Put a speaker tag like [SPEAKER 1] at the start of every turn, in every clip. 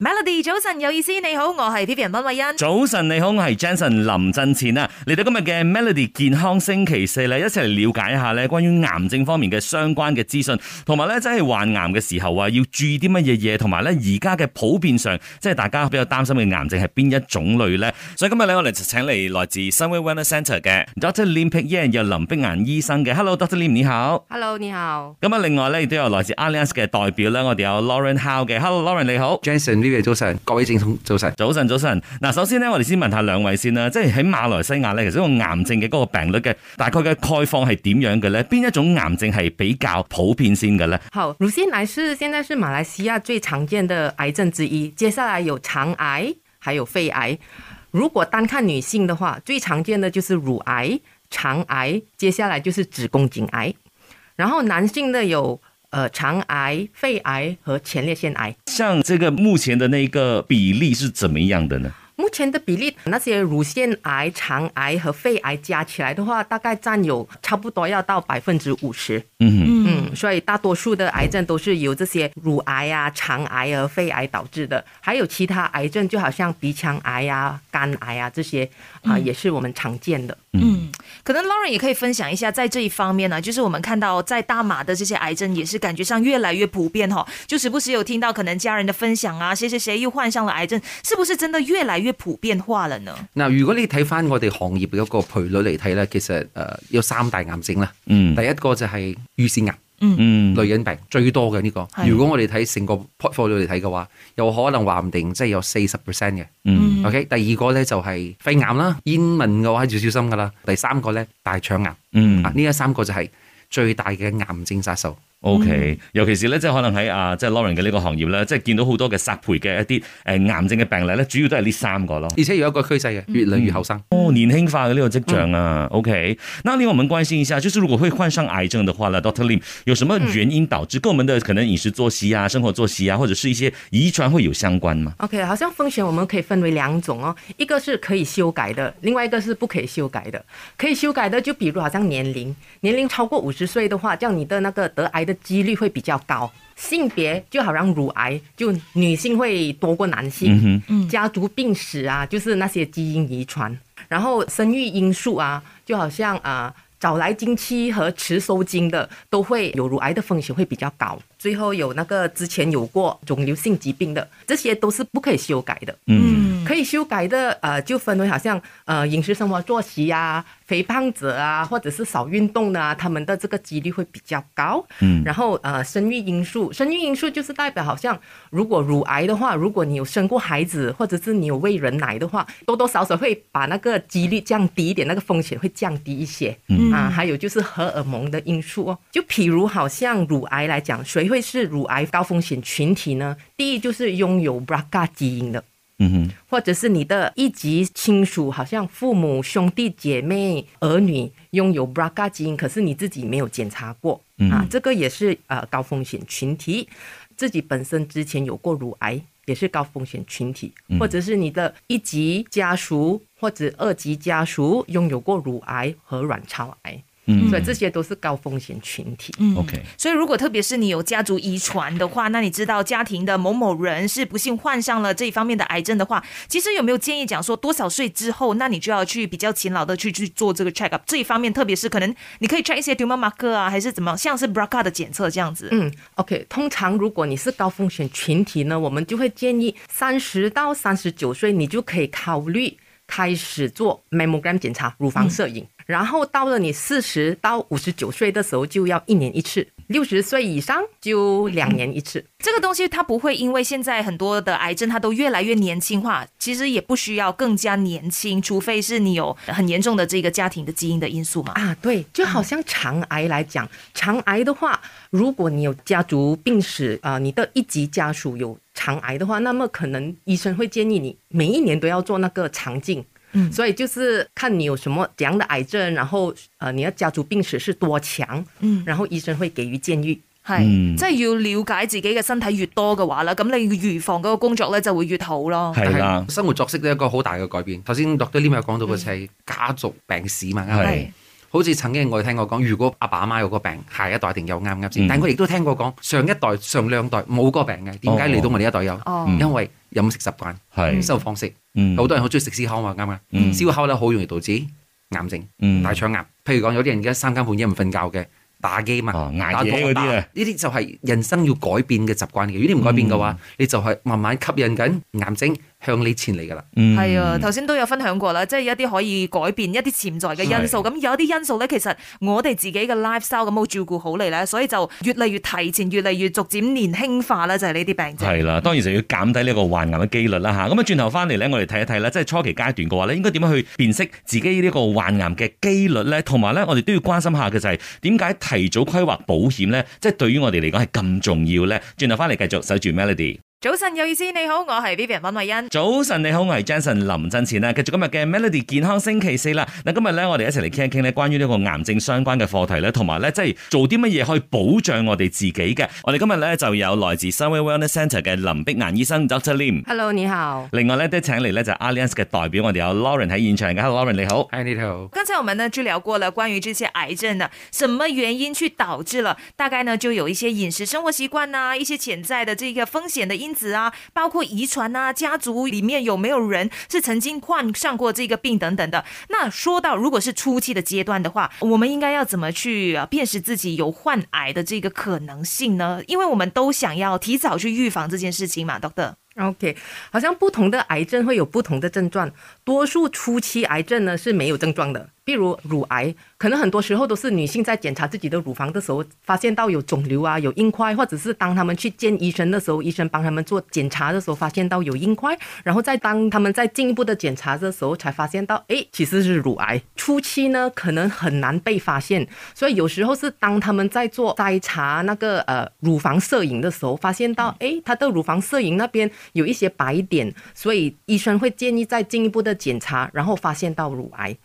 [SPEAKER 1] Melody，早晨有意思，你好，我係 Vivian 溫慧欣。
[SPEAKER 2] 早晨，你好，我係 Jensen 林振前啊，嚟到今日嘅 Melody 健康星期四咧，一齊嚟了解一下咧關於癌症方面嘅相關嘅資訊，同埋咧即係患癌嘅時候啊，要注意啲乜嘢嘢，同埋咧而家嘅普遍上，即係大家比較擔心嘅癌症係邊一種類咧？
[SPEAKER 3] 所以今日咧，我哋就請嚟來自 Sunway Wellness Centre 嘅。
[SPEAKER 2] Dr. Lim Pik Yan 有林碧顏醫生嘅，Hello，Dr. Lim 你好。
[SPEAKER 4] Hello，你好。
[SPEAKER 2] 咁啊，另外咧亦都有來自 Alliance 嘅代表咧，我哋有 Lauren Howe 嘅，Hello，Lauren 你好。
[SPEAKER 5] Jason 呢位早晨，各位正通早晨。
[SPEAKER 2] 早晨，早晨。嗱，首先呢，我哋先問下兩位先啦，即係喺馬來西亞咧，其實個癌症嘅嗰個病率嘅大概嘅概況係點樣嘅咧？邊一種癌症係比較普遍先嘅咧？
[SPEAKER 4] 好，乳腺癌是現在是馬來西亞最常見的癌症之一，接下來有腸癌，還有肺癌。如果單看女性的話，最常見的就是乳癌、腸癌，接下來就是子宮頸癌。然後男性的有呃腸癌、肺癌和前列腺癌。
[SPEAKER 2] 像這個目前的那個比例是怎麼樣的呢？
[SPEAKER 4] 目前的比例，那些乳腺癌、腸癌和肺癌加起來的話，大概占有差不多要到百分之五十。
[SPEAKER 2] 嗯
[SPEAKER 4] 嗯，所以大多數的癌症都是由這些乳癌啊、腸癌和肺癌導致的，還有其他癌症，就好像鼻腔癌啊、肝癌啊這些啊、也是我們常見的。
[SPEAKER 1] 嗯，可能 Lauren 也可以分享一下，在這一方面呢、啊就是我們看到在大馬的這些癌症也是感覺上越來越普遍哈、就時不時有聽到可能家人的分享啊，誰誰誰又患上了癌症，是不是真的越來越普遍化了呢？
[SPEAKER 5] 嗱，如果你睇翻我哋行業嗰個賠率嚟睇咧，其實誒、呃有三大癌症啦。
[SPEAKER 2] 嗯
[SPEAKER 5] 第一個就係乳腺癌，
[SPEAKER 2] 嗯
[SPEAKER 5] 女人病最多嘅呢、個
[SPEAKER 1] 係。
[SPEAKER 5] 如果我哋睇成個 portfolio 嚟睇嘅話，有可能話唔定即係有四十 percent 嘅。
[SPEAKER 2] 嗯
[SPEAKER 5] OK，第二個咧就係肺癌啦，煙民嘅話要小心噶啦。第三個咧大腸癌，
[SPEAKER 2] 嗯
[SPEAKER 5] 啊呢一三個就係最大嘅癌症殺手。
[SPEAKER 2] ，OK。尤其是咧，即係可能喺啊，即係 Lauren 嘅呢個行業咧，即係見到好多嘅殺賠嘅一啲誒癌症嘅病例咧，主要都係呢三個咯。
[SPEAKER 5] 而且有一個趨勢嘅，越嚟越後生。
[SPEAKER 2] 哦，年輕化的呢個跡象啊、o k 那另外我們關心一下，就是如果會患上癌症的話呢 Doctor Lim 有什麼原因導致？跟我們的可能飲食作息啊、生活作息啊，或者是一些遺傳會有相關嗎？
[SPEAKER 4] OK，好像風險我們可以分為兩種哦，一個是可以修改的，另外一個是不可以修改的。可以修改的就比如好像年齡，年齡超過五十歲的話，這樣你的那個得癌的幾率會比較高。性別就好像乳癌，就女性會多過男性。嗯、家族病史啊，就是那些基因遺傳，然後生育因素啊，就好像啊。早來經期和遲收經的都會有乳癌的風險會比較高，最後有那個之前有過腫瘤性疾病的，這些都是不可以修改的。
[SPEAKER 2] 嗯
[SPEAKER 4] 可以修改的，呃，就分為好像呃飲食生活作息啊、肥胖者啊，或者是少運動的啊，他們的這個幾率會比較高。
[SPEAKER 2] 嗯
[SPEAKER 4] 然后呃，生育因素，生育因素就是代表好像如果乳癌的話，如果你有生過孩子，或者是你有餵人奶的話，多多少少會把那個幾率降低一點，那個風險會降低一些。嗯啊，還有就是荷爾蒙的因素哦，就譬如好像乳癌來講，谁會是乳癌高風險群體呢？第一就是擁有 BRCA 基因的。
[SPEAKER 2] 嗯哼，
[SPEAKER 4] 或者是你的一級親屬，好像父母、兄弟姐妹、兒女擁有 BRCA 基因，可是你自己沒有檢查过、啊，这个也是呃高風險群體。自己本身之前有過乳癌，也是高風險群體，或者是你的一級家屬或者二級家屬擁有過乳癌和卵巢癌，
[SPEAKER 2] 嗯
[SPEAKER 4] 所以這些都是高風險群體。
[SPEAKER 1] 嗯
[SPEAKER 2] OK
[SPEAKER 1] 所以如果特別是你有家族遺傳的話，那你知道家庭的某某人是不幸患上了這一方面的癌症的話，其實有沒有建議講說多少歲之後，那你就要去比較勤勞的去去做這個 check up 這一方面，特別是可能你可以 check 一些 tumor marker 啊，還是怎麼，像是 BRCA 的檢測這樣子。
[SPEAKER 4] 嗯，OK，通常如果你是高風險群體呢，我們就會建議三十到三十九岁你就可以考慮開始做 mammogram 檢查，乳房攝影。然後到了你四十到五十九岁的時候，就要一年一次；六十岁以上就兩年一次。
[SPEAKER 1] 這個東西它不會因為現在很多的癌症它都越來越年輕化，其實也不需要更加年輕，除非是你有很嚴重的這個家庭的基因的因素嘛。
[SPEAKER 4] 啊，对，就好像肠癌来讲，肠癌的话，如果你有家族病史啊、呃你的一级家属有肠癌的话，那么可能医生会建议你每一年都要做那个肠镜。
[SPEAKER 1] 嗯
[SPEAKER 4] 所以就是看你有什么怎样的癌症，然后呃你的家族病史是多強，
[SPEAKER 1] 嗯
[SPEAKER 4] 然後醫生會給予建議。
[SPEAKER 1] 係，
[SPEAKER 2] 嗯
[SPEAKER 1] 即係要了解自己嘅身體越多嘅話啦，咁你預防嗰個工作咧就會越好咯。
[SPEAKER 2] 係啦
[SPEAKER 5] 但，係生活作息都有一個好大嘅改變。頭先 Dr. Lim 有講到嘅就係家族病史嘛，啱唔啱
[SPEAKER 2] 係
[SPEAKER 5] 好似曾經我哋聽過講，如果阿爸阿媽有個病，下一代一定有啱唔啱
[SPEAKER 2] 嗯
[SPEAKER 5] 先。但我亦都聽過講，上一代、上兩代冇個病嘅，點解
[SPEAKER 2] 哦
[SPEAKER 5] 嚟到我哋一代有？
[SPEAKER 1] 哦
[SPEAKER 5] 因為飲食習慣、
[SPEAKER 2] 係
[SPEAKER 5] 生活方式。
[SPEAKER 2] 嗯
[SPEAKER 5] 好多人好中意食燒烤嘛，啊啱唔
[SPEAKER 2] 嗯
[SPEAKER 5] 啱？燒烤咧好容易導致癌症、
[SPEAKER 2] 嗯
[SPEAKER 5] 大腸癌。譬如講有啲人而家三更半夜唔瞓覺嘅，打機嘛，
[SPEAKER 2] 哦捱
[SPEAKER 5] 打
[SPEAKER 2] 夜嗰啲啊
[SPEAKER 5] 呢啲就係人生要改變嘅習慣嘅。如果你唔改變嘅
[SPEAKER 2] 嗯
[SPEAKER 5] 話，你就係慢慢吸引緊癌症向你前嚟㗎啦。
[SPEAKER 2] 嗯
[SPEAKER 1] 係啊，頭先都有分享過啦，即係一啲可以改變一啲潛在嘅因素。咁有啲因素咧，其實我哋自己嘅 lifestyle 咁好照顧好你咧，所以就越嚟越提前，越嚟越逐漸年輕化啦，就係呢啲病症。
[SPEAKER 2] 係啦，當然就要減低呢個患癌嘅機率啦吓。咁啊，轉頭翻嚟咧，我哋睇一睇咧，即係初期階段嘅話咧，應該點樣去辨識自己呢個患癌嘅機率咧？同埋咧，我哋都要關心下嘅就係點解提早規劃保險咧，即係對於我哋嚟講係咁重要咧？轉頭翻嚟繼續守住 Melody。
[SPEAKER 1] 早晨有意思，你好，我係 Vivian 温慧欣。
[SPEAKER 2] 早晨，你好，我係 Jason 林振前啊啦。繼續今日嘅 Melody 健康星期四啦。嗱，今日咧我哋一齊嚟傾一傾咧關於呢個癌症相關嘅課題咧，同埋咧即係做啲乜嘢可以保障我哋自己嘅。
[SPEAKER 3] 我哋今日咧就有來自 Sunway Wellness Centre 嘅林碧顏醫生 Dr. Lim。
[SPEAKER 4] Hello，你好。
[SPEAKER 2] 另外咧都請嚟咧就 Alliance 嘅代表，我哋有 Lauren 喺現場嘅。Hello，Lauren 你好。
[SPEAKER 5] 喺呢度，
[SPEAKER 1] 刚才我们呢就聊过了关于这些癌症的什么原因去导致了，大概呢就有一些饮食生活习惯呐、一些潜在的这个风险的因子啊，包括遗传呐、家族里面有没有人是曾经患上过这个病等等的。那说到如果是初期的阶段的话，我们应该要怎么去呃辨识自己有患癌的这个可能性呢？因为我们都想要提早去预防这件事情嘛，Doctor。
[SPEAKER 4] OK，好像不同的癌症会有不同的症状，多数初期癌症呢是没有症状的，比如乳癌，可能很多时候都是女性在检查自己的乳房的时候，发现到有肿瘤啊、有硬块，或者是当他们去见医生的时候，医生帮他们做检查的时候，发现到有硬块，然后再当他们在进一步的检查的时候，才发现到，诶，其实是乳癌。初期呢，可能很难被发现，所以有时候是当他们在做筛查那个呃乳房摄影的时候，发现到，诶，他的乳房摄影那边有一些白点，所以医生会建议再进一步的检查，然后发现到乳癌。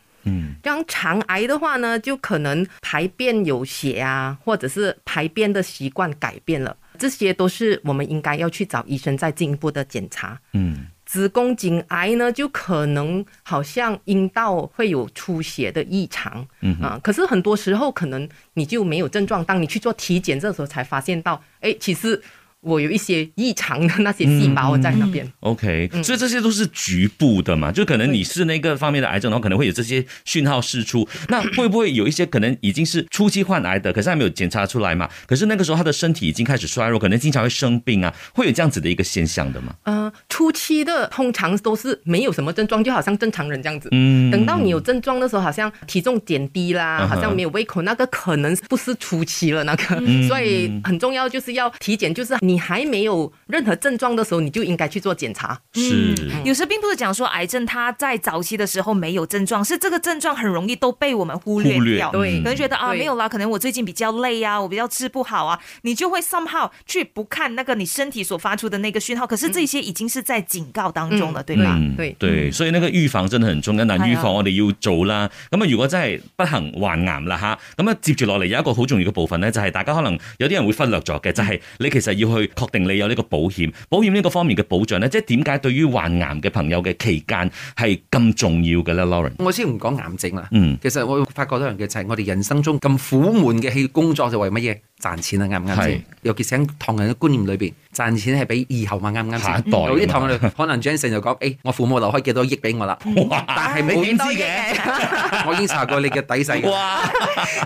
[SPEAKER 4] 像肠癌的话呢，就可能排便有血啊，或者是排便的习惯改变了，这些都是我们应该要去找医生再进一步的检查。
[SPEAKER 2] 嗯，
[SPEAKER 4] 子宫颈癌呢，就可能好像阴道会有出血的异常，嗯啊，可是很多时候可能你就没有症状，当你去做体检的时候才发现到，哎，其实我有一些异常的那些细胞在那边。
[SPEAKER 2] OK，、所
[SPEAKER 4] 嗯
[SPEAKER 2] 以这些都是局部的嘛，就可能你是那个方面的癌症，然后可能会有这些讯号释出。那会不会有一些可能已经是初期患癌的，可是还没有检查出来嘛？可是那个时候他的身体已经开始衰弱，可能经常会生病啊，会有这样子的一个现象的嘛？
[SPEAKER 4] 呃，初期的通常都是没有什么症状，就好像正常人这样子。
[SPEAKER 2] 嗯
[SPEAKER 4] 等到你有症状的时候，好像体重减低啦，
[SPEAKER 2] 嗯哼
[SPEAKER 4] 好像没有胃口，那个可能不是初期了，那个，
[SPEAKER 2] 嗯
[SPEAKER 4] 所以很重要就是要体检，就是你还没有任何症状的时候，你就应该去做 检查。
[SPEAKER 2] 嗯是。
[SPEAKER 4] 嗯
[SPEAKER 1] 有时并不是讲说癌症它在早期的时候没有症状，是这个症状很容易都被我们忽略
[SPEAKER 2] 忽略
[SPEAKER 1] 掉，
[SPEAKER 2] 对
[SPEAKER 1] 可能觉得啊
[SPEAKER 4] 对
[SPEAKER 1] 没有啦，可能我最近比较累啊，我比较吃不好啊，你就会 somehow 去不看那个你身体所发出的那个讯号，可是这些已经是在警告当中了，对吧？
[SPEAKER 2] 嗯
[SPEAKER 4] 對
[SPEAKER 2] 對，所以呢個預防真係很重要，但
[SPEAKER 1] 係啊
[SPEAKER 2] 預防我哋要做啦。咁啊，如果真係不幸患癌啦吓，咁啊接住落嚟有一個好重要嘅部分呢，就係大家可能有啲人會忽略咗嘅，就
[SPEAKER 5] 嗯
[SPEAKER 2] 係你其實要去確定你有呢個保險，保險呢個方面嘅保障呢，即係點解對於患癌嘅朋友嘅期間係咁重要嘅咧，Lauren？
[SPEAKER 5] 我先唔講癌症啦。
[SPEAKER 2] 嗯，
[SPEAKER 5] 其實我發覺到一樣嘢就係我哋人生中咁苦悶嘅戲工作就為乜嘢賺錢啊？啱唔啱
[SPEAKER 2] 係
[SPEAKER 5] 先？尤其是喺唐人嘅觀念裏邊，賺錢係俾以後嘛啱唔啱
[SPEAKER 2] 下一
[SPEAKER 5] 先？
[SPEAKER 2] 代啊
[SPEAKER 5] 有
[SPEAKER 2] 㗎
[SPEAKER 5] 啲
[SPEAKER 2] 嘛
[SPEAKER 5] 唐人可能 Jensen 就講：，誒，我父母留開幾多億俾 我啦，嗯但係
[SPEAKER 2] 你
[SPEAKER 5] 冇
[SPEAKER 2] 點知
[SPEAKER 5] 幾多
[SPEAKER 2] 嘅？
[SPEAKER 5] 億，我已經查過你嘅底細㗎。
[SPEAKER 2] 哇！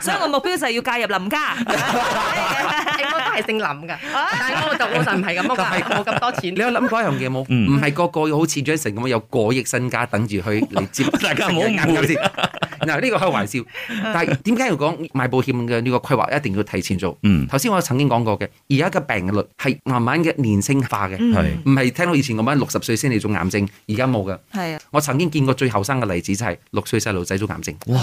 [SPEAKER 1] 所以我目標就係要介入林家。
[SPEAKER 4] 哎我都係姓林㗎，但係我就我就唔係 咁㗎，冇咁多錢
[SPEAKER 5] 你。有諗過一樣嘢冇？
[SPEAKER 2] 嗯，
[SPEAKER 5] 唔係個個好似 Jason 咁有過億身家等住去嚟接
[SPEAKER 2] 大家唔好誤會
[SPEAKER 5] 啱唔啱先。嗱，呢個開玩笑，但係點解要講買保險嘅呢個規劃一定要提前做？
[SPEAKER 2] 嗯
[SPEAKER 5] 頭先我曾經講過嘅，而家嘅病率係慢慢嘅年輕化嘅，
[SPEAKER 1] 嗯
[SPEAKER 2] 係
[SPEAKER 5] 唔係聽到以前咁樣六十歲先嚟做癌症，而家冇嘅。
[SPEAKER 1] 係啊，
[SPEAKER 5] 我曾經見過最後生嘅例子就係六歲細路仔做癌症，
[SPEAKER 2] 哇！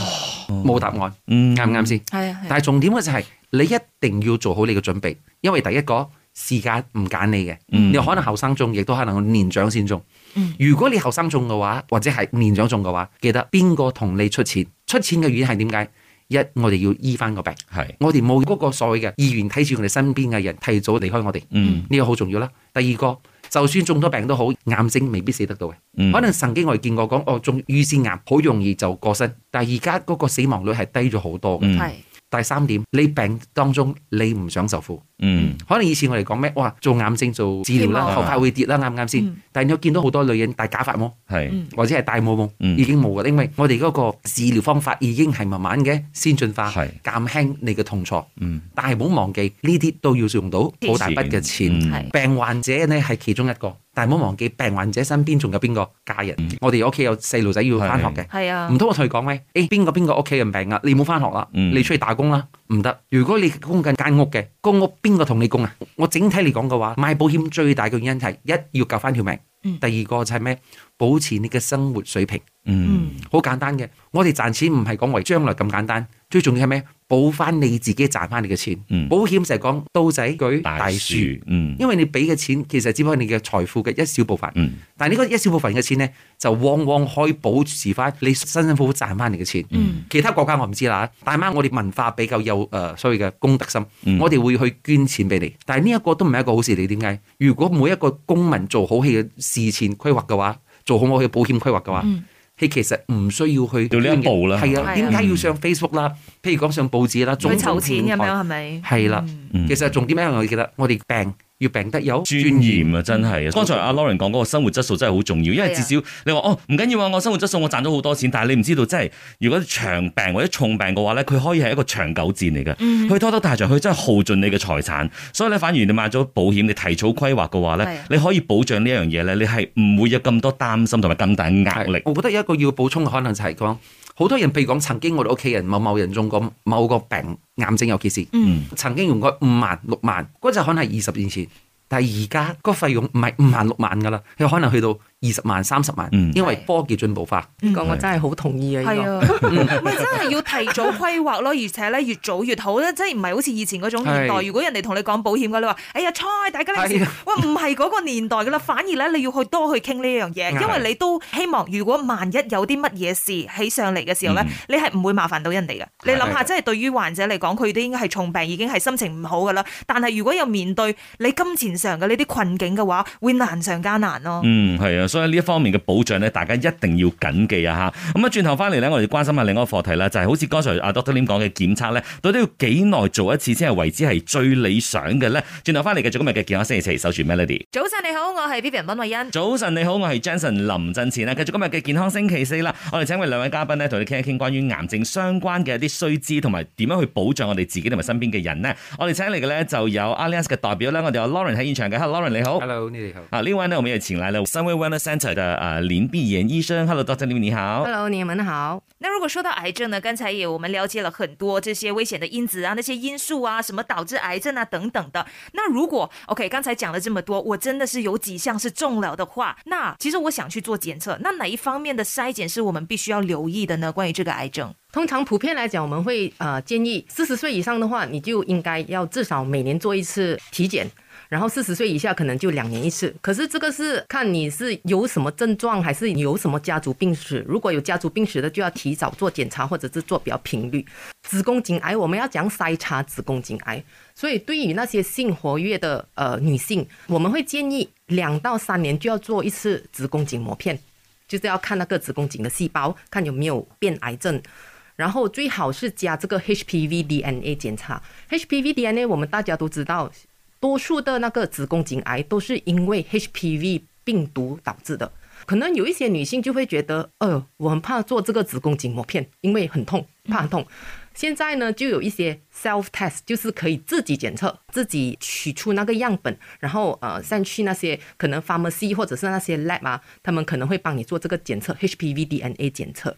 [SPEAKER 5] 冇答案，
[SPEAKER 2] 嗯
[SPEAKER 5] 啱唔啱先？
[SPEAKER 1] 係啊，係啊
[SPEAKER 5] 但係重點嘅就係、你一定要做好你嘅準備，因為第一個時間唔揀你嘅，
[SPEAKER 2] 嗯
[SPEAKER 5] 你可能後生中，亦都可能年長先中。
[SPEAKER 1] 嗯
[SPEAKER 5] 如果你後生中嘅話，或者係年長中嘅話，記得邊個同你出錢？出錢嘅原因係點解？一我哋要醫翻個病，
[SPEAKER 2] 係
[SPEAKER 5] 我哋冇嗰個所謂嘅意願睇住我哋身邊嘅人提早離開我哋，
[SPEAKER 2] 嗯
[SPEAKER 5] 呢個好重要啦。第二個，就算中咗病都好，癌症未必死得到嘅。
[SPEAKER 2] 嗯
[SPEAKER 5] 可能曾經我哋見過講，哦中乳腺癌好容易就過身，但係而家嗰個死亡率係低咗好多嘅。
[SPEAKER 2] 嗯
[SPEAKER 1] 係
[SPEAKER 5] 第三點，你病當中你唔想受苦，
[SPEAKER 2] 嗯
[SPEAKER 5] 可能以前我哋講咩，哇做癌症做治療啦，
[SPEAKER 2] 希望啊
[SPEAKER 5] 頭髮會跌啦，啱唔啱
[SPEAKER 1] 嗯
[SPEAKER 5] 先？但係我見到好多女人戴假髮喎。
[SPEAKER 2] 係
[SPEAKER 1] 嗯
[SPEAKER 5] 或者係戴帽帽，
[SPEAKER 2] 嗯
[SPEAKER 5] 已經冇嘅，因為我哋嗰個治療方法已經係慢慢嘅先進化，
[SPEAKER 2] 係
[SPEAKER 5] 減輕你嘅痛楚。
[SPEAKER 2] 嗯
[SPEAKER 5] 但係唔好忘記呢啲都要用到好大筆嘅錢。
[SPEAKER 2] 嗯
[SPEAKER 1] 係
[SPEAKER 5] 病患者呢係其中一個，但係唔好忘記病患者身邊仲有邊個家人。我哋屋企有細路仔要翻學嘅。
[SPEAKER 1] 係啊
[SPEAKER 5] 唔，通我同佢講咩？誒邊個邊個屋企人病啊？你冇翻學啦，
[SPEAKER 2] 嗯
[SPEAKER 5] 你出去打工啦，唔得。如果你供緊間屋嘅，公屋邊個同你供啊？我整體嚟講嘅話，買保險最大嘅原因係一要救翻條命，
[SPEAKER 1] 嗯
[SPEAKER 5] 第二個就係咩？保持你嘅生活水平，
[SPEAKER 2] 嗯
[SPEAKER 1] 嗯
[SPEAKER 5] 好簡單嘅。我哋賺錢唔係講為將來咁簡單，最重要係咩？保翻你自己賺翻你嘅錢。
[SPEAKER 2] 嗯
[SPEAKER 5] 保險就係講刀仔舉
[SPEAKER 2] 大
[SPEAKER 5] 大
[SPEAKER 2] 樹
[SPEAKER 5] 樹，
[SPEAKER 2] 嗯
[SPEAKER 5] 因為你俾嘅錢其實只不過係你嘅財富嘅一小部分。
[SPEAKER 2] 嗯
[SPEAKER 5] 但係呢個一小部分嘅錢呢，就往往可以保持翻你辛辛苦苦賺翻嚟嘅錢。
[SPEAKER 1] 嗯
[SPEAKER 5] 其他國家我唔知啦，大媽我哋文化比較有誒、呃所謂嘅公德心，
[SPEAKER 2] 嗯
[SPEAKER 5] 我哋會去捐錢俾你。但係呢一個都唔係一個好事嚟，點解？如果每一個公民做好佢嘅事前規劃嘅話，做好我嘅保險規劃嘅話，
[SPEAKER 1] 嗯
[SPEAKER 5] 佢其實唔需要去
[SPEAKER 2] 做呢一步啦
[SPEAKER 5] 係
[SPEAKER 1] 係啊
[SPEAKER 5] 啊，點解要上 Facebook 啦？譬如講上報紙啦，
[SPEAKER 1] 去
[SPEAKER 5] 種種
[SPEAKER 1] 籌錢咁
[SPEAKER 5] 平台
[SPEAKER 1] 樣係咪？
[SPEAKER 5] 係啦
[SPEAKER 1] 嗯
[SPEAKER 2] 嗯
[SPEAKER 5] 其實重點一樣，我哋記得我哋病要病得有
[SPEAKER 2] 尊嚴啊，真係啊！剛才阿 Lauren 講嗰個生活質素真係好重要，因為
[SPEAKER 1] 係啊
[SPEAKER 2] 至少你話哦唔緊要啊，我生活質素我賺咗好多錢，但係你唔知道真係如果長病或者重病嘅話咧，佢可以係一個長久戰嚟嘅。
[SPEAKER 1] 嗯
[SPEAKER 2] 佢拖拖大長，佢真係耗盡你嘅財產，所以咧反而你買咗保險，你提早規劃嘅話
[SPEAKER 1] 係
[SPEAKER 2] 咧
[SPEAKER 1] 啊，
[SPEAKER 2] 你可以保障呢一樣嘢咧，你係唔會有咁多擔心同埋咁大嘅壓力
[SPEAKER 5] 係。我覺得有一個要補充嘅可能就係講，好多人譬如講曾經我哋屋企人某某人中過某個病癌症，尤其是
[SPEAKER 1] 嗯
[SPEAKER 5] 曾經用過五萬六萬，嗰陣可能係二十年前，但係而家個費用唔係五萬六萬㗎啦，有可能去到二十萬三十萬
[SPEAKER 2] 嗯，
[SPEAKER 5] 因為科技進步化。
[SPEAKER 1] 嗯
[SPEAKER 4] 講我真係好同意啊！呢
[SPEAKER 1] 係
[SPEAKER 4] 個
[SPEAKER 1] 啊， 咪真係要提早規劃咯，而且咧越早越好咧，即係唔係好似以前嗰種年代。
[SPEAKER 5] 係
[SPEAKER 1] 如果人哋同你講保險嘅，你話哎呀，猜大家你
[SPEAKER 5] 係
[SPEAKER 1] 喂
[SPEAKER 5] 啊
[SPEAKER 1] 唔係嗰個年代噶啦，反而咧你要去多去傾呢樣嘢，
[SPEAKER 5] 嗯係
[SPEAKER 1] 因為你都希望如果萬一有啲乜嘢事起上嚟嘅時候咧，你係唔會麻煩到人哋嘅。你諗下，
[SPEAKER 5] 嗯係
[SPEAKER 1] 真係對於患者嚟講，佢都應該係重病，已經係心情唔好噶啦。但係如果有面對你金錢上嘅呢啲困境嘅話，會難上加難咯。
[SPEAKER 2] 嗯，係啊，所以呢一方面嘅保障咧，大家一定要緊記啊吓。咁啊，轉頭翻嚟咧，我哋關心下另一個課題啦，就係、好似剛才阿 Doctor Lim 講嘅檢測咧，到底要幾耐做一次先係為之係最理想嘅咧？轉頭翻嚟繼續今日嘅健康星期四，守住 Melody。
[SPEAKER 1] 早晨你好，我係 Vivian 温慧欣。
[SPEAKER 2] 早晨，你好，我係 Jensen 林振前啦。啊繼續今日嘅健康星期四啦，我哋請嚟兩位嘉賓咧，同你傾一傾關於癌症相關嘅一啲須知，同埋點樣去保障我哋自己同埋身邊嘅人呢。我哋請嚟嘅咧就有 Alliance 嘅代表啦，我哋有 Lauren 喺現場嘅。Hello，Lauren 你好。
[SPEAKER 5] Hello，你哋好。
[SPEAKER 2] 啊，另外呢，我们也请来了 Sunway Wellness Center 的呃林碧妍医生。Hello，Dr. 林，你好。
[SPEAKER 4] Hello，你们好。
[SPEAKER 1] 那如果说到癌症呢，刚才也我们了解了很多这些危险的因子啊，那些因素啊，什么导致癌症啊等等的。那如果 OK，刚才讲了这么多，我真的是有几项是中了的话，那其实我想去做检测，那哪一方面的筛检是我们必须要留意的呢？关于这个癌症，
[SPEAKER 4] 通常普遍来讲，我们会呃建议四十岁以上的话，你就应该要至少每年做一次体检。然后四十岁以下可能就两年一次，可是这个是看你是有什么症状，还是有什么家族病史。如果有家族病史的，就要提早做检查，或者是做比较频率。子宫颈癌我们要讲筛查子宫颈癌，所以对于那些性活跃的呃女性，我们会建议两到三年就要做一次子宫颈膜片。就是要看那个子宫颈的细胞，看有没有变癌症。然后最好是加这个 HPV DNA 检查。HPV DNA 我们大家都知道，多数的那个子宫颈癌都是因为 HPV 病毒导致的。可能有一些女性就会觉得，呃，我很怕做这个子宫颈膜片，因为很痛，怕很痛。现在呢，就有一些 self test，就是可以自己检测，自己取出那个样本，然后呃，上去那些可能 pharmacy 或者是那些 lab 啊，他们可能会帮你做这个检测 HPV DNA 检测。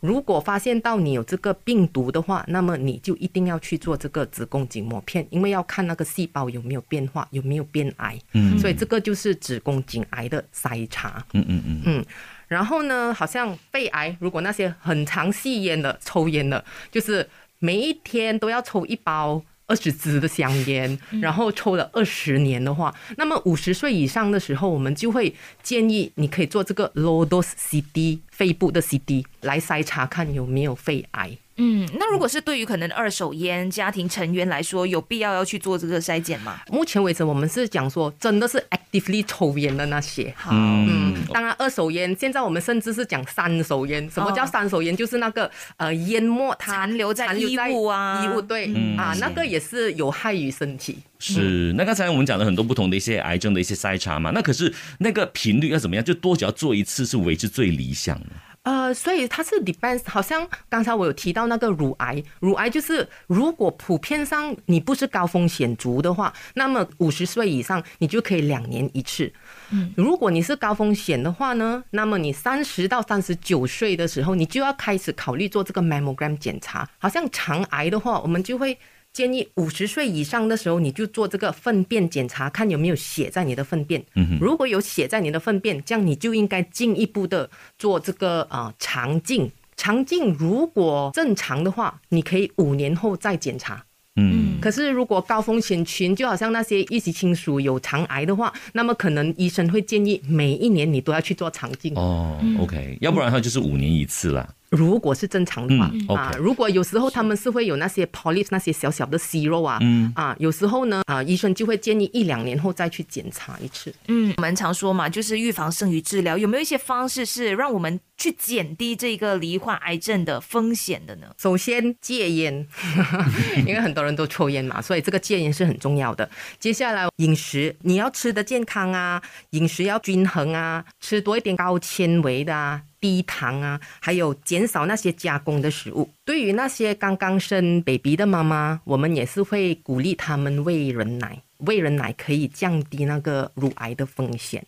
[SPEAKER 4] 如果发现到你有这个病毒的话，那么你就一定要去做这个子宫颈膜片，因为要看那个细胞有没有变化，有没有变癌。嗯，所以这个就是子宫颈癌的筛查。
[SPEAKER 2] 嗯嗯嗯，
[SPEAKER 4] 嗯，然后呢，好像肺癌，如果那些很常吸烟的、抽烟的，就是每一天都要抽一包。二十支的香烟，然后抽了二十年的话，那么五十岁以上的时候，我们就会建议你可以做这个 low dose CD 肺部的 CD 来筛查看有没有肺癌。
[SPEAKER 1] 嗯，那如果是对于可能二手烟家庭成员来说，有必要要去做这个筛检吗？
[SPEAKER 4] 目前为止，我们是讲说，真的是 actively 抽烟的那些。
[SPEAKER 1] 好，
[SPEAKER 2] 嗯，
[SPEAKER 4] 当然，二手烟，现在我们甚至是讲三手烟。什么叫
[SPEAKER 1] 哦
[SPEAKER 4] 三手烟？就是那个呃烟末它
[SPEAKER 1] 残留在
[SPEAKER 4] 残留
[SPEAKER 1] 衣
[SPEAKER 4] 在
[SPEAKER 1] 物啊，
[SPEAKER 4] 衣物对、啊，那个也是有害于身体。
[SPEAKER 2] 是。那刚才我们讲了很多不同的一些癌症的一些筛查嘛，那可是那个频率要怎么样？就多久要做一次是为之最理想的？
[SPEAKER 4] 呃，所以它是 depends，好像刚才我有提到那个乳癌，乳癌就是如果普遍上你不是高风险族的话，那么五十岁以上你就可以两年一次。嗯，如果你是高风险的话呢，那么你三十到三十九岁的时候，你就要开始考虑做这个 mammogram 检查。好像肠癌的话，我们就会。建议五十岁以上的时候，你就做这个粪便检查，看有没有血在你的粪便。如果有血在你的粪便，这样你就应该进一步的做这个呃肠镜。肠镜如果正常的话，你可以五年后再检查。
[SPEAKER 2] 嗯，
[SPEAKER 4] 可是如果高风险群，就好像那些一级亲属有肠癌的话，那么可能医生会建议每一年你都要去做肠镜。
[SPEAKER 2] 哦，OK，要不然的话就是五年一次啦。
[SPEAKER 4] 如果是正常的话、
[SPEAKER 2] 嗯
[SPEAKER 4] 啊
[SPEAKER 2] OK，
[SPEAKER 4] 如果有时候他们是会有那些 polyp 那些小小的息肉啊，
[SPEAKER 2] 嗯
[SPEAKER 4] 啊，有时候呢啊，医生就会建议一两年后再去检查一次。
[SPEAKER 1] 嗯，我们常说嘛，就是预防胜于治疗，有没有一些方式是让我们去减低这个罹患癌症的风险的呢？
[SPEAKER 4] 首先戒烟， 因为很多人都抽烟嘛，所以这个戒烟是很重要的。接下来饮食，你要吃的健康啊，饮食要均衡啊，吃多一点高纤维的啊。低糖啊，还有减少那些加工的食物。对于那些刚刚生 baby 的妈妈，我们也是会鼓励他们喂人奶，喂人奶可以降低那个乳癌的风险。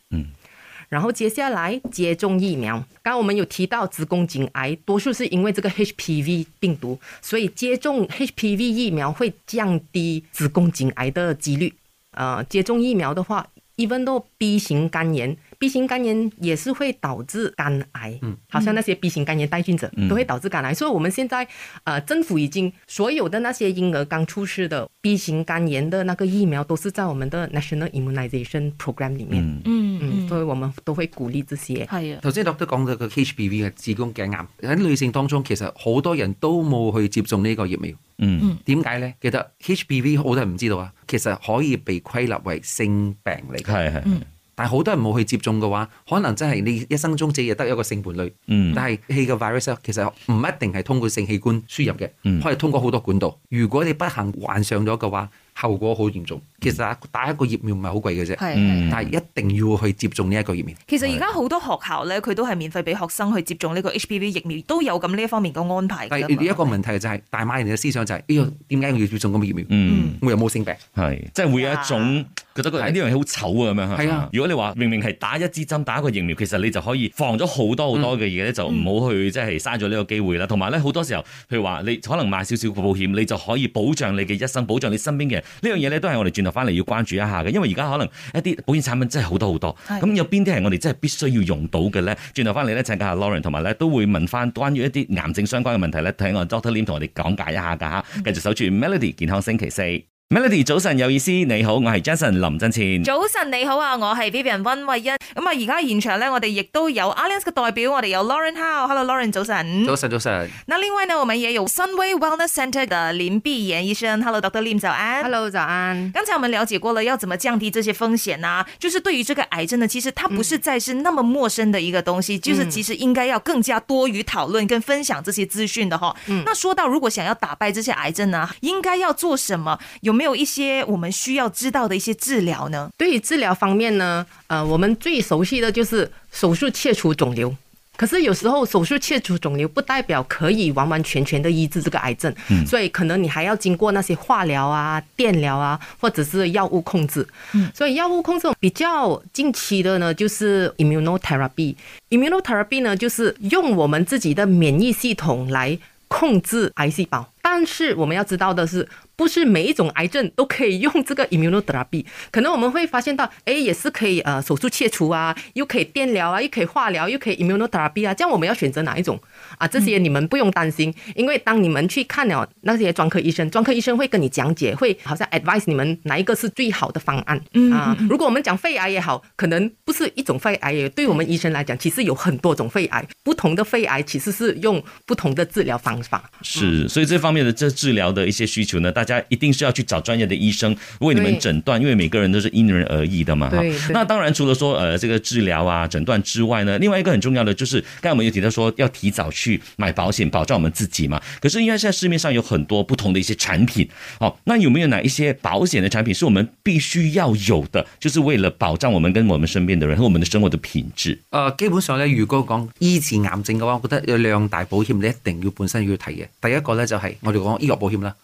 [SPEAKER 4] 然后接下来接种疫苗，刚刚我们有提到子宫颈癌，多数是因为这个 HPV 病毒，所以接种 HPV 疫苗会降低子宫颈癌的几率。呃，接种疫苗的话，even though B 型肝炎，B 型肝炎也是会导致肝癌，嗯，好像那些 B 型肝炎带菌者都会导致肝癌，所以我们现在呃，政府已经所有的那些婴儿刚出世的 B 型肝炎的那个疫苗都是在我们的 National Immunization Program 里面。嗯，所以我们都会鼓励这些。
[SPEAKER 1] 系啊，
[SPEAKER 5] 頭先 d 都講到個 HPV 嘅子宮頸癌喺女性當中，其實好多人都冇去接種呢個疫苗。
[SPEAKER 2] 嗯，
[SPEAKER 5] 點解呢？其實 HPV 好多人唔知道啊，其實可以被歸納為性病嚟
[SPEAKER 2] 系
[SPEAKER 5] 嘅。
[SPEAKER 2] 系，
[SPEAKER 5] 但係好多人冇去接種嘅話，可能真係你一生中只係得一個性伴侶。
[SPEAKER 2] 嗯
[SPEAKER 5] 但係氣嘅 virus 啊其實唔一定係通過性器官輸入嘅，
[SPEAKER 2] 嗯
[SPEAKER 5] 可以通過好多管道。如果你不幸患上咗嘅話，後果好嚴重。其實打一個疫苗唔係好貴嘅啫，
[SPEAKER 1] 系。啊
[SPEAKER 2] 嗯
[SPEAKER 5] 但係一定要去接種呢一個疫苗。
[SPEAKER 1] 其實而家好多學校咧，佢都係免費俾學生去接種呢個 HPV 疫苗，都有咁呢一方面嘅安排
[SPEAKER 5] 但
[SPEAKER 1] 㗎
[SPEAKER 5] 係
[SPEAKER 1] 嘛
[SPEAKER 5] 一個問題就係、大馬人嘅思想就係、呢個點解我要接種咁嘅疫苗？
[SPEAKER 2] 嗯，
[SPEAKER 5] 我又冇性病，
[SPEAKER 2] 系，即係會有一種覺得佢呢
[SPEAKER 5] 係
[SPEAKER 2] 樣嘢好醜啊咁樣。
[SPEAKER 5] 係啊
[SPEAKER 2] 如果你話明明係打一支針、打一個疫苗，其實你就可以防咗好多好多嘅嘢咧，就
[SPEAKER 5] 嗯
[SPEAKER 2] 唔好去即係嘥咗呢個機會啦。同埋咧，好多時候，譬如話你可能買少少保險，你就可以保障你嘅一生，保障你身邊嘅人。呢樣嘢咧，都係我哋轉頭翻嚟要關注一下嘅，因為而家可能一啲保險產品真係好多好多。
[SPEAKER 1] 係
[SPEAKER 2] 咁有邊啲係我哋真係必須要用到嘅咧？轉頭翻嚟咧，請教下 Lauren，同埋咧都會問翻關於一啲癌症相關嘅問題咧，睇我 Doctor Lim 同我哋講解一下㗎嚇。繼續守住 Melody 健康星期四。Melody 早晨有意思，你好，我係 Jason 林振前。
[SPEAKER 1] 早晨你好啊，我係 Vivian 温慧欣。咁啊，而家現場咧，我哋亦都有 Alliance 嘅代表，我哋有 Lauren Howe，Hello Lauren 早晨。
[SPEAKER 5] 早晨早晨。
[SPEAKER 1] 那另外呢，我們也有 Sunway Wellness Center 的林碧妍醫生，Hello Dr. Lim 早安。
[SPEAKER 4] Hello，早安。
[SPEAKER 1] 刚才我们了解过了，要怎么降低这些风险啊？就是对于这个癌症呢，其实它不是再是那么陌生的一个东西，就是其实应该要更加多于讨论跟分享这些资讯的哈。那说到如果想要打败这些癌症呢，应该要做什么？有没有一些我们需要知道的一些治疗呢？
[SPEAKER 4] 对于治疗方面呢，呃，我们最熟悉的就是手术切除肿瘤。可是有时候手术切除肿瘤不代表可以完完全全的医治这个癌症，所以可能你还要经过那些化疗啊、电疗啊，或者是药物控制。所以药物控制比较近期的呢，就是 immunotherapy。immunotherapy 呢，就是用我们自己的免疫系统来控制癌细胞。但是我们要知道的是，不是每一种癌症都可以用这个 immunotherapy，可能我们会发现到，哎，也是可以呃手术切除啊，又可以电疗啊，又可以化疗，又可以 immunotherapy 啊，这样我们要选择哪一种啊？这些你们不用担心，因为当你们去看了那些专科医生，专科医生会跟你讲解，会好像 advise 你们哪一个是最好的方案啊。如果我们讲肺癌也好，可能不是一种肺癌也，对我们医生来讲，其实有很多种肺癌，不同的肺癌其实是用不同的治疗方法。
[SPEAKER 2] 是，所以这方面的这治疗的一些需求呢，大家一定是要去找专业的医生为你们
[SPEAKER 4] 对
[SPEAKER 2] 诊断，因为每个人都是因人而异的嘛哈
[SPEAKER 4] 对。对
[SPEAKER 2] 那当然，除了说呃这个治疗啊诊断之外呢，另外一个很重要的就是，刚才我们有提到说要提早去买保险，保障我们自己嘛。可是因为现在市面上有很多不同的一些产品，哦，那有没有哪一些保险的产品是我们必须要有的，就是为了保障我们跟我们身边的人和我们的生活的品质？
[SPEAKER 5] 誒、呃基本上咧，如果講醫治癌症嘅話，我覺得有兩大保險你一定要本身要睇嘅。第一個咧就係、我哋講醫學保險啦，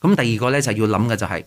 [SPEAKER 5] 咁第二個咧就要諗嘅就係、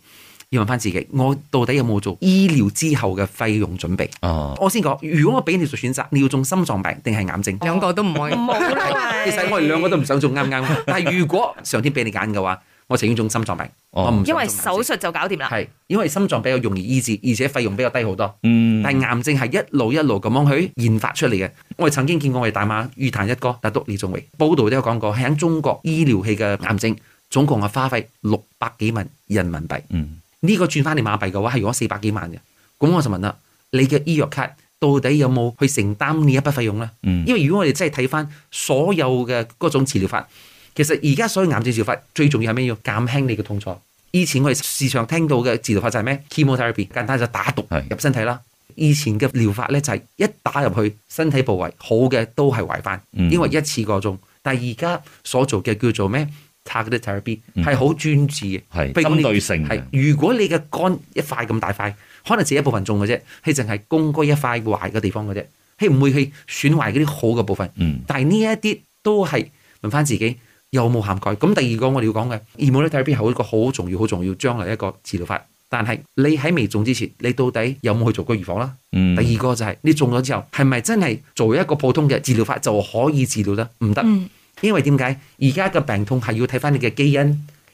[SPEAKER 5] 要問翻自己，我到底有冇做醫療之後嘅費用準備？
[SPEAKER 2] 哦，
[SPEAKER 5] 我先講，如果我俾你做選擇，你要中心臟病定係癌症？
[SPEAKER 4] 兩個都唔可以。
[SPEAKER 1] 冇啦，
[SPEAKER 5] 其實我哋兩個都唔想中啱唔啱，但係如果上天俾你揀嘅話，我情願中心臟病，
[SPEAKER 2] 哦
[SPEAKER 5] 我唔想
[SPEAKER 1] 因為
[SPEAKER 5] 中癌症
[SPEAKER 1] 手術啊就搞掂啦。
[SPEAKER 5] 係因為心臟比較容易醫治，而且費用比較低好多。
[SPEAKER 2] 嗯，
[SPEAKER 5] 但係癌症係一路一路咁樣去研發出嚟嘅。我哋曾經見過我哋大馬御壇一哥拿督李仲榮報道都有講過，喺中國醫療器嘅癌症總共係花費六百幾萬人民幣。
[SPEAKER 2] 嗯，
[SPEAKER 5] 呢、個轉翻嚟馬幣嘅話係用咗四百幾萬嘅。咁我就問啦，你嘅醫藥卡到底有冇去承擔呢一筆費用呢？
[SPEAKER 2] 嗯
[SPEAKER 5] 因為如果我哋真係睇翻所有嘅嗰種治療法，其實而家所有癌症治療法最重要係咩？要減輕你嘅痛楚。以前我哋時常聽到嘅治療法就係咩？chemotherapy，簡單就打毒
[SPEAKER 2] 係
[SPEAKER 5] 入身體啦。以前嘅療法呢，就係一打入去身體部位，好嘅都係壞翻，
[SPEAKER 2] 嗯
[SPEAKER 5] 因為一次過中。但係而家所做嘅叫做咩 targeted therapy 係好專注嘅，
[SPEAKER 2] 嗯係
[SPEAKER 5] 譬如講
[SPEAKER 2] 針
[SPEAKER 5] 你
[SPEAKER 2] 對性嘅
[SPEAKER 5] 係如果你嘅肝一塊咁大塊，可能只係一部分中嘅啫，係淨係攻嗰一塊壞嘅地方嘅啫，係唔會去損壞嗰啲好嘅部分。
[SPEAKER 2] 嗯，
[SPEAKER 5] 但係呢一啲都係問翻自己有冇涵蓋。咁第二個我哋要講嘅 i m m u n o t h e r a p y 係一個好重要、好重要將來一個治療法。但係你喺未中之前，你到底有冇去做過預防啦？
[SPEAKER 2] 嗯，
[SPEAKER 5] 第二個就係、你中咗之後，係咪真係做一個普通嘅治療法就可以治療得？唔得，
[SPEAKER 1] 嗯
[SPEAKER 5] 因為點解而家嘅病痛係要睇翻你嘅基因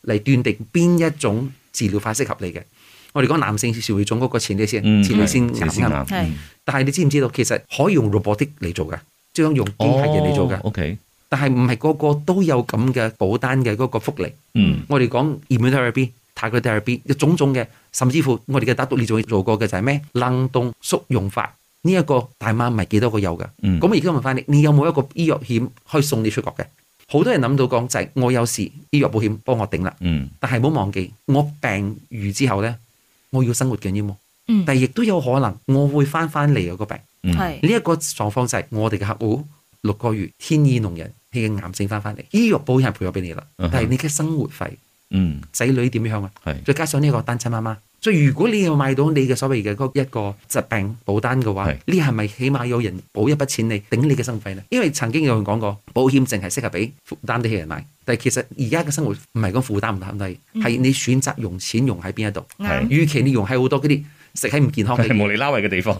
[SPEAKER 5] 嚟斷定邊一種治療法適合你嘅。我哋講男性少會種嗰個前列腺，
[SPEAKER 2] 嗯
[SPEAKER 5] 前列腺
[SPEAKER 2] 係前
[SPEAKER 5] 癌
[SPEAKER 2] 列腺
[SPEAKER 5] 啱。
[SPEAKER 2] 癌
[SPEAKER 1] 係
[SPEAKER 2] 嗯
[SPEAKER 5] 但係你知唔知道，其實可以用 robotic 嚟做嘅，即係用機械人嚟做嘅。
[SPEAKER 2] 哦，OK，
[SPEAKER 5] 但係唔係個個都有咁嘅保單嘅嗰個福利。
[SPEAKER 2] 嗯。
[SPEAKER 5] 我哋講 immunotherapy、targeted therapy，有種種嘅，甚至乎我哋嘅打毒你仲做過嘅就係咩冷凍縮用法呢一、個大媽唔係幾多個有嘅。
[SPEAKER 2] 嗯
[SPEAKER 5] 咁而家問翻你，你有冇一個醫藥險可以送你出國嘅？好多人諗到講就係我有事，醫藥保險幫我頂啦。
[SPEAKER 2] 嗯
[SPEAKER 5] 但係唔好忘記，我病愈之後呢，我要生活緊啫嘛。
[SPEAKER 1] 嗯，
[SPEAKER 5] 但係亦都有可能我會翻翻嚟有個病。
[SPEAKER 2] 嗯，
[SPEAKER 1] 係
[SPEAKER 5] 呢一個狀況就係我哋嘅客戶六個月天意弄人，你嘅癌症翻翻嚟，醫藥保險係賠咗俾你啦，
[SPEAKER 2] 嗯哼
[SPEAKER 5] 但係你嘅生活費、
[SPEAKER 2] 嗯
[SPEAKER 5] 仔女點樣啊？
[SPEAKER 2] 係
[SPEAKER 5] 再加上呢個單親媽媽，所以如果你有買到你嘅所謂嘅嗰一個疾病保單嘅話，
[SPEAKER 2] 係
[SPEAKER 5] 呢係咪起碼有人補一筆錢你頂你嘅生活費呢？因為曾經有人講過，保險淨係適合俾負擔得起人買，但係其實而家嘅生活唔係講負擔唔擔得起，係你選擇用錢用喺邊一度。
[SPEAKER 1] 啱
[SPEAKER 5] 與其你用喺好多嗰啲食喺唔健康 嘅
[SPEAKER 2] 係
[SPEAKER 5] 嘢，
[SPEAKER 2] 無厘拉位嘅地方，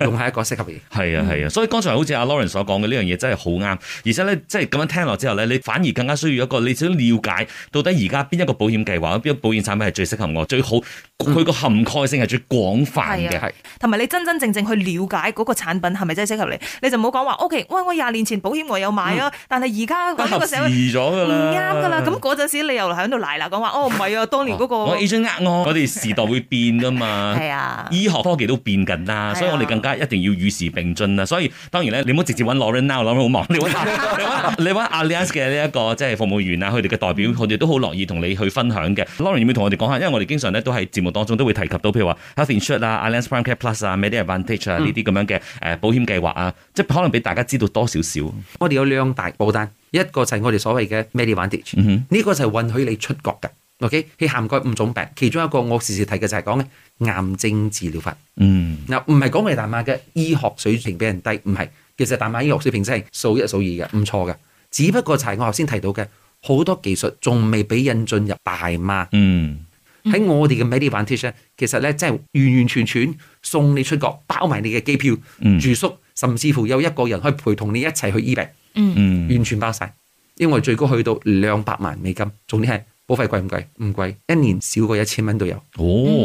[SPEAKER 5] 用喺一個適合嘅嘢。
[SPEAKER 2] 係啊係啊，所以剛才好似阿 Lauren 所講嘅呢樣嘢真係好啱，而且咧即係咁樣聽落之後咧，你反而更加需要一個你想了解到底而家邊一個保險計劃、邊一個保險產品係最適合我、最好，佢個涵蓋性係最廣泛
[SPEAKER 1] 嗯係
[SPEAKER 2] 嘅
[SPEAKER 1] 啊。
[SPEAKER 5] 係
[SPEAKER 1] 同埋你真真正正去了解嗰個產品係咪真係適合你，你就唔好講話 OK，喂，我廿年前保險我有買
[SPEAKER 5] 嗯
[SPEAKER 1] 啊，但係而家
[SPEAKER 2] 不
[SPEAKER 1] 我呢
[SPEAKER 2] 合
[SPEAKER 1] 個
[SPEAKER 2] 時
[SPEAKER 1] 社 會
[SPEAKER 2] 咗㗎
[SPEAKER 1] 唔
[SPEAKER 2] 啦，
[SPEAKER 1] 啱噶啦，咁嗰陣時你又喺度賴啦，講話哦唔係啊，當年嗰個
[SPEAKER 2] 哦我 agent 呃我，我哋時代會變㗎 嘛，
[SPEAKER 1] 係啊，
[SPEAKER 2] 醫學科技都變緊啦，
[SPEAKER 1] 係啊
[SPEAKER 2] 所以我哋更加一定要與時並進啦。所以當然咧，你唔好直接揾 Lauren now，Lauren 好忙，你揾 你揾你揾 Alliance 嘅呢一個即係服務員啊，佢哋嘅代表，佢哋都好樂意同你去分享嘅。Lauren 要唔要同我哋講下？因為我哋經常咧都喺節目當中都會提及到，譬如話 Health Insurance 啊、Alliance Prime Care Plus 啊、Medicare Advantage 啊呢啲咁樣嘅誒保險計劃啊，即係可能俾大家知道多少少。
[SPEAKER 5] 我哋有兩大保單，一個就係我哋所謂嘅 m e d i v a n t a g e
[SPEAKER 2] 嗯哼，
[SPEAKER 5] 呢個就係允許你出國嘅。OK，佢涵蓋五種病，其中一個我時時提嘅就係講嘅癌症治療法。
[SPEAKER 2] 嗯
[SPEAKER 5] 嗱，唔係講我哋大馬嘅醫學水平比人低，唔係，其實大馬醫學水平真係數一數二嘅，唔錯嘅。只不過就係我頭先提到嘅，好多技術仲未俾引進入大馬。
[SPEAKER 2] 嗯
[SPEAKER 5] 喺我哋嘅 m e d i v a n t a g e 咧，其實咧真係完完全全送你出國，包埋你嘅機票、
[SPEAKER 2] 嗯
[SPEAKER 5] 住宿，甚至乎有一個人可以陪同你一齊去醫病。
[SPEAKER 1] 嗯
[SPEAKER 2] 嗯
[SPEAKER 5] 完全包晒，因為最高去到兩百萬美金，重點係保費貴唔貴？唔貴，一年少過一千蚊都有，
[SPEAKER 2] 哦，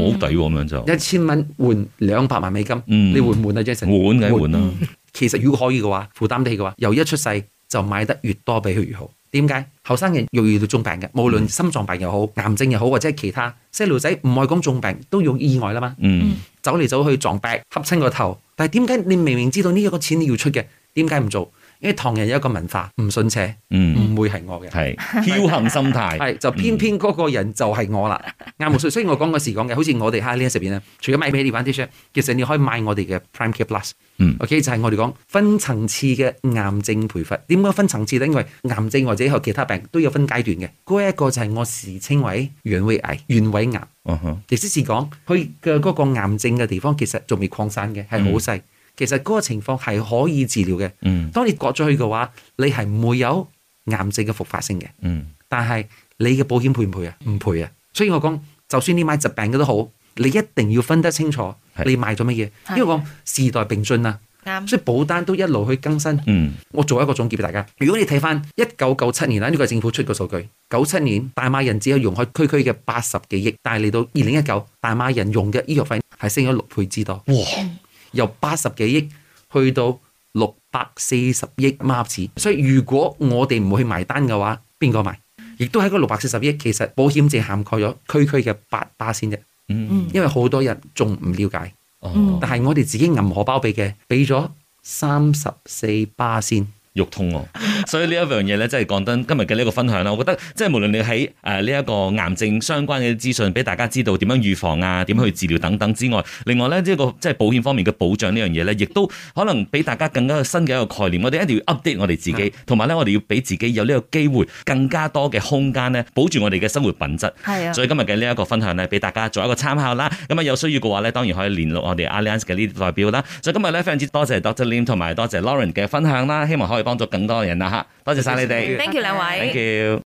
[SPEAKER 2] 好抵喎咁樣就，
[SPEAKER 5] 一千蚊換兩百萬美金，
[SPEAKER 2] 嗯
[SPEAKER 5] 你換唔換啊？Jason，
[SPEAKER 2] 換嘅換啦，
[SPEAKER 1] 嗯
[SPEAKER 5] 其實如果可以嘅話，負擔得起嘅話，由一出世就買得越多俾佢越好。點解？後生人容易到中病嘅，無
[SPEAKER 2] 嗯
[SPEAKER 5] 論心臟病又好、癌症又好，或者係其他細路仔唔愛講中病，都有意外啦嘛。
[SPEAKER 2] 嗯，
[SPEAKER 5] 走嚟走去撞壁，恰親個頭。但係點解你明明知道呢一個錢你要出嘅，點解唔做？因為唐人有一個文化，唔信邪，
[SPEAKER 2] 嗯，
[SPEAKER 5] 唔會係我嘅。
[SPEAKER 2] 係僥倖心態，
[SPEAKER 5] 係就偏偏嗰個人就係我啦， 啱冇錯。所以我講過時講嘅，好似我哋喺呢一入邊咧，除咗買俾你玩 T-shirt，其實你可以買我哋嘅 Prime Care Plus。
[SPEAKER 2] 嗯
[SPEAKER 5] OK 就係我哋講分層次嘅癌症培訓。點解分層次咧？因為癌症或者有其他病都有分階段嘅。嗰一個就係我時稱為原位癌、原位癌。
[SPEAKER 2] 嗯哼
[SPEAKER 5] 亦即是講，佢嘅嗰個癌症嘅地方其實仲未擴散嘅，係好細。其實嗰個情況係可以治療嘅。
[SPEAKER 2] 嗯
[SPEAKER 5] 當你割咗佢嘅話，你係唔會有癌症嘅復發性嘅。
[SPEAKER 2] 嗯
[SPEAKER 5] 但係你嘅保險賠唔賠啊？唔賠啊！所以我講，就算你買疾病嘅都好，你一定要分得清楚
[SPEAKER 2] 係
[SPEAKER 5] 你買咗乜嘢，因為講時代並進啊，
[SPEAKER 1] 啱，
[SPEAKER 5] 所以保單都一路去更新。
[SPEAKER 2] 嗯
[SPEAKER 5] 我做一個總結俾大家。如果你睇翻一九九七年啦，呢個係政府出嘅數據，九七年大馬人只有用開區區嘅八十幾億，但係嚟到二零一九，大馬人用嘅醫藥費係升咗六倍之多。哇！由八十幾億去到六百四十億孖子，所以如果我哋唔去埋單嘅話，邊個埋？亦都喺嗰六百四十億，其實保險淨涵蓋咗區區嘅八巴先啫，
[SPEAKER 2] 嗯，
[SPEAKER 5] 因為好多人仲唔了解。
[SPEAKER 2] 哦，
[SPEAKER 5] 但係我哋自己銀荷包俾嘅，俾咗三十四巴先。
[SPEAKER 2] 肉痛喎、所以呢一樣嘢咧，即係講真，今日嘅呢一個分享啦，我覺得即係無論你喺誒呢一個癌症相關嘅資訊，俾大家知道點樣預防啊，點去治療等等之外，另外咧呢、呢個即係保險方面嘅保障呢樣嘢咧，亦都可能俾大家更加新嘅一個概念。我哋一定要 update 我哋自己，同埋咧我哋要俾自己有呢個機會，更加多嘅空間咧，保住我哋嘅生活品質。
[SPEAKER 1] 係啊。
[SPEAKER 2] 所以今日嘅呢一個分享呢，俾大家做一個參考啦。咁啊，有需要嘅話呢，當然可以聯絡我哋 Alliance 嘅呢啲代表啦。啊所以今日呢，非常之多謝 Dr. Lim 同埋多謝 Lauren 嘅分享啦，希望可以幫助更多人啦嚇。多謝晒你哋
[SPEAKER 1] Thank you 兩位。
[SPEAKER 2] ，thank you。